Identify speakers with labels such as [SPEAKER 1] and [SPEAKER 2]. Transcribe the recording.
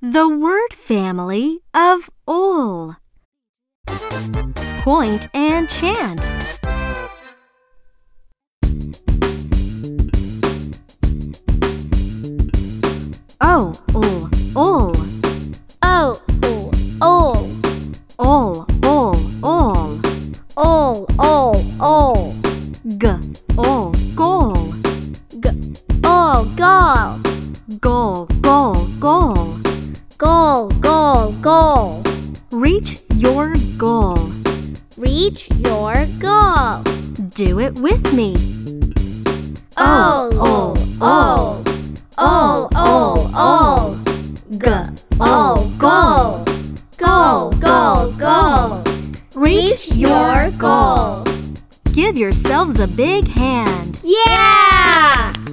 [SPEAKER 1] the word family of all. Point and chant. O, ol, ol,
[SPEAKER 2] Oh, oh, all,
[SPEAKER 1] ol, ol, ol.
[SPEAKER 2] all, all, all.
[SPEAKER 1] G, ol, goal,
[SPEAKER 2] G, all, gall,
[SPEAKER 1] goal, goal, goal.
[SPEAKER 2] goal, goal, goal.
[SPEAKER 1] Reach your goal.
[SPEAKER 2] Reach your goal.
[SPEAKER 1] Do it with me.
[SPEAKER 2] All, all, all, all, all, all,
[SPEAKER 1] G, Oh,
[SPEAKER 2] all, goal, goal, goal, goal. Reach your goal.
[SPEAKER 1] Give yourselves a big hand.
[SPEAKER 2] Yeah!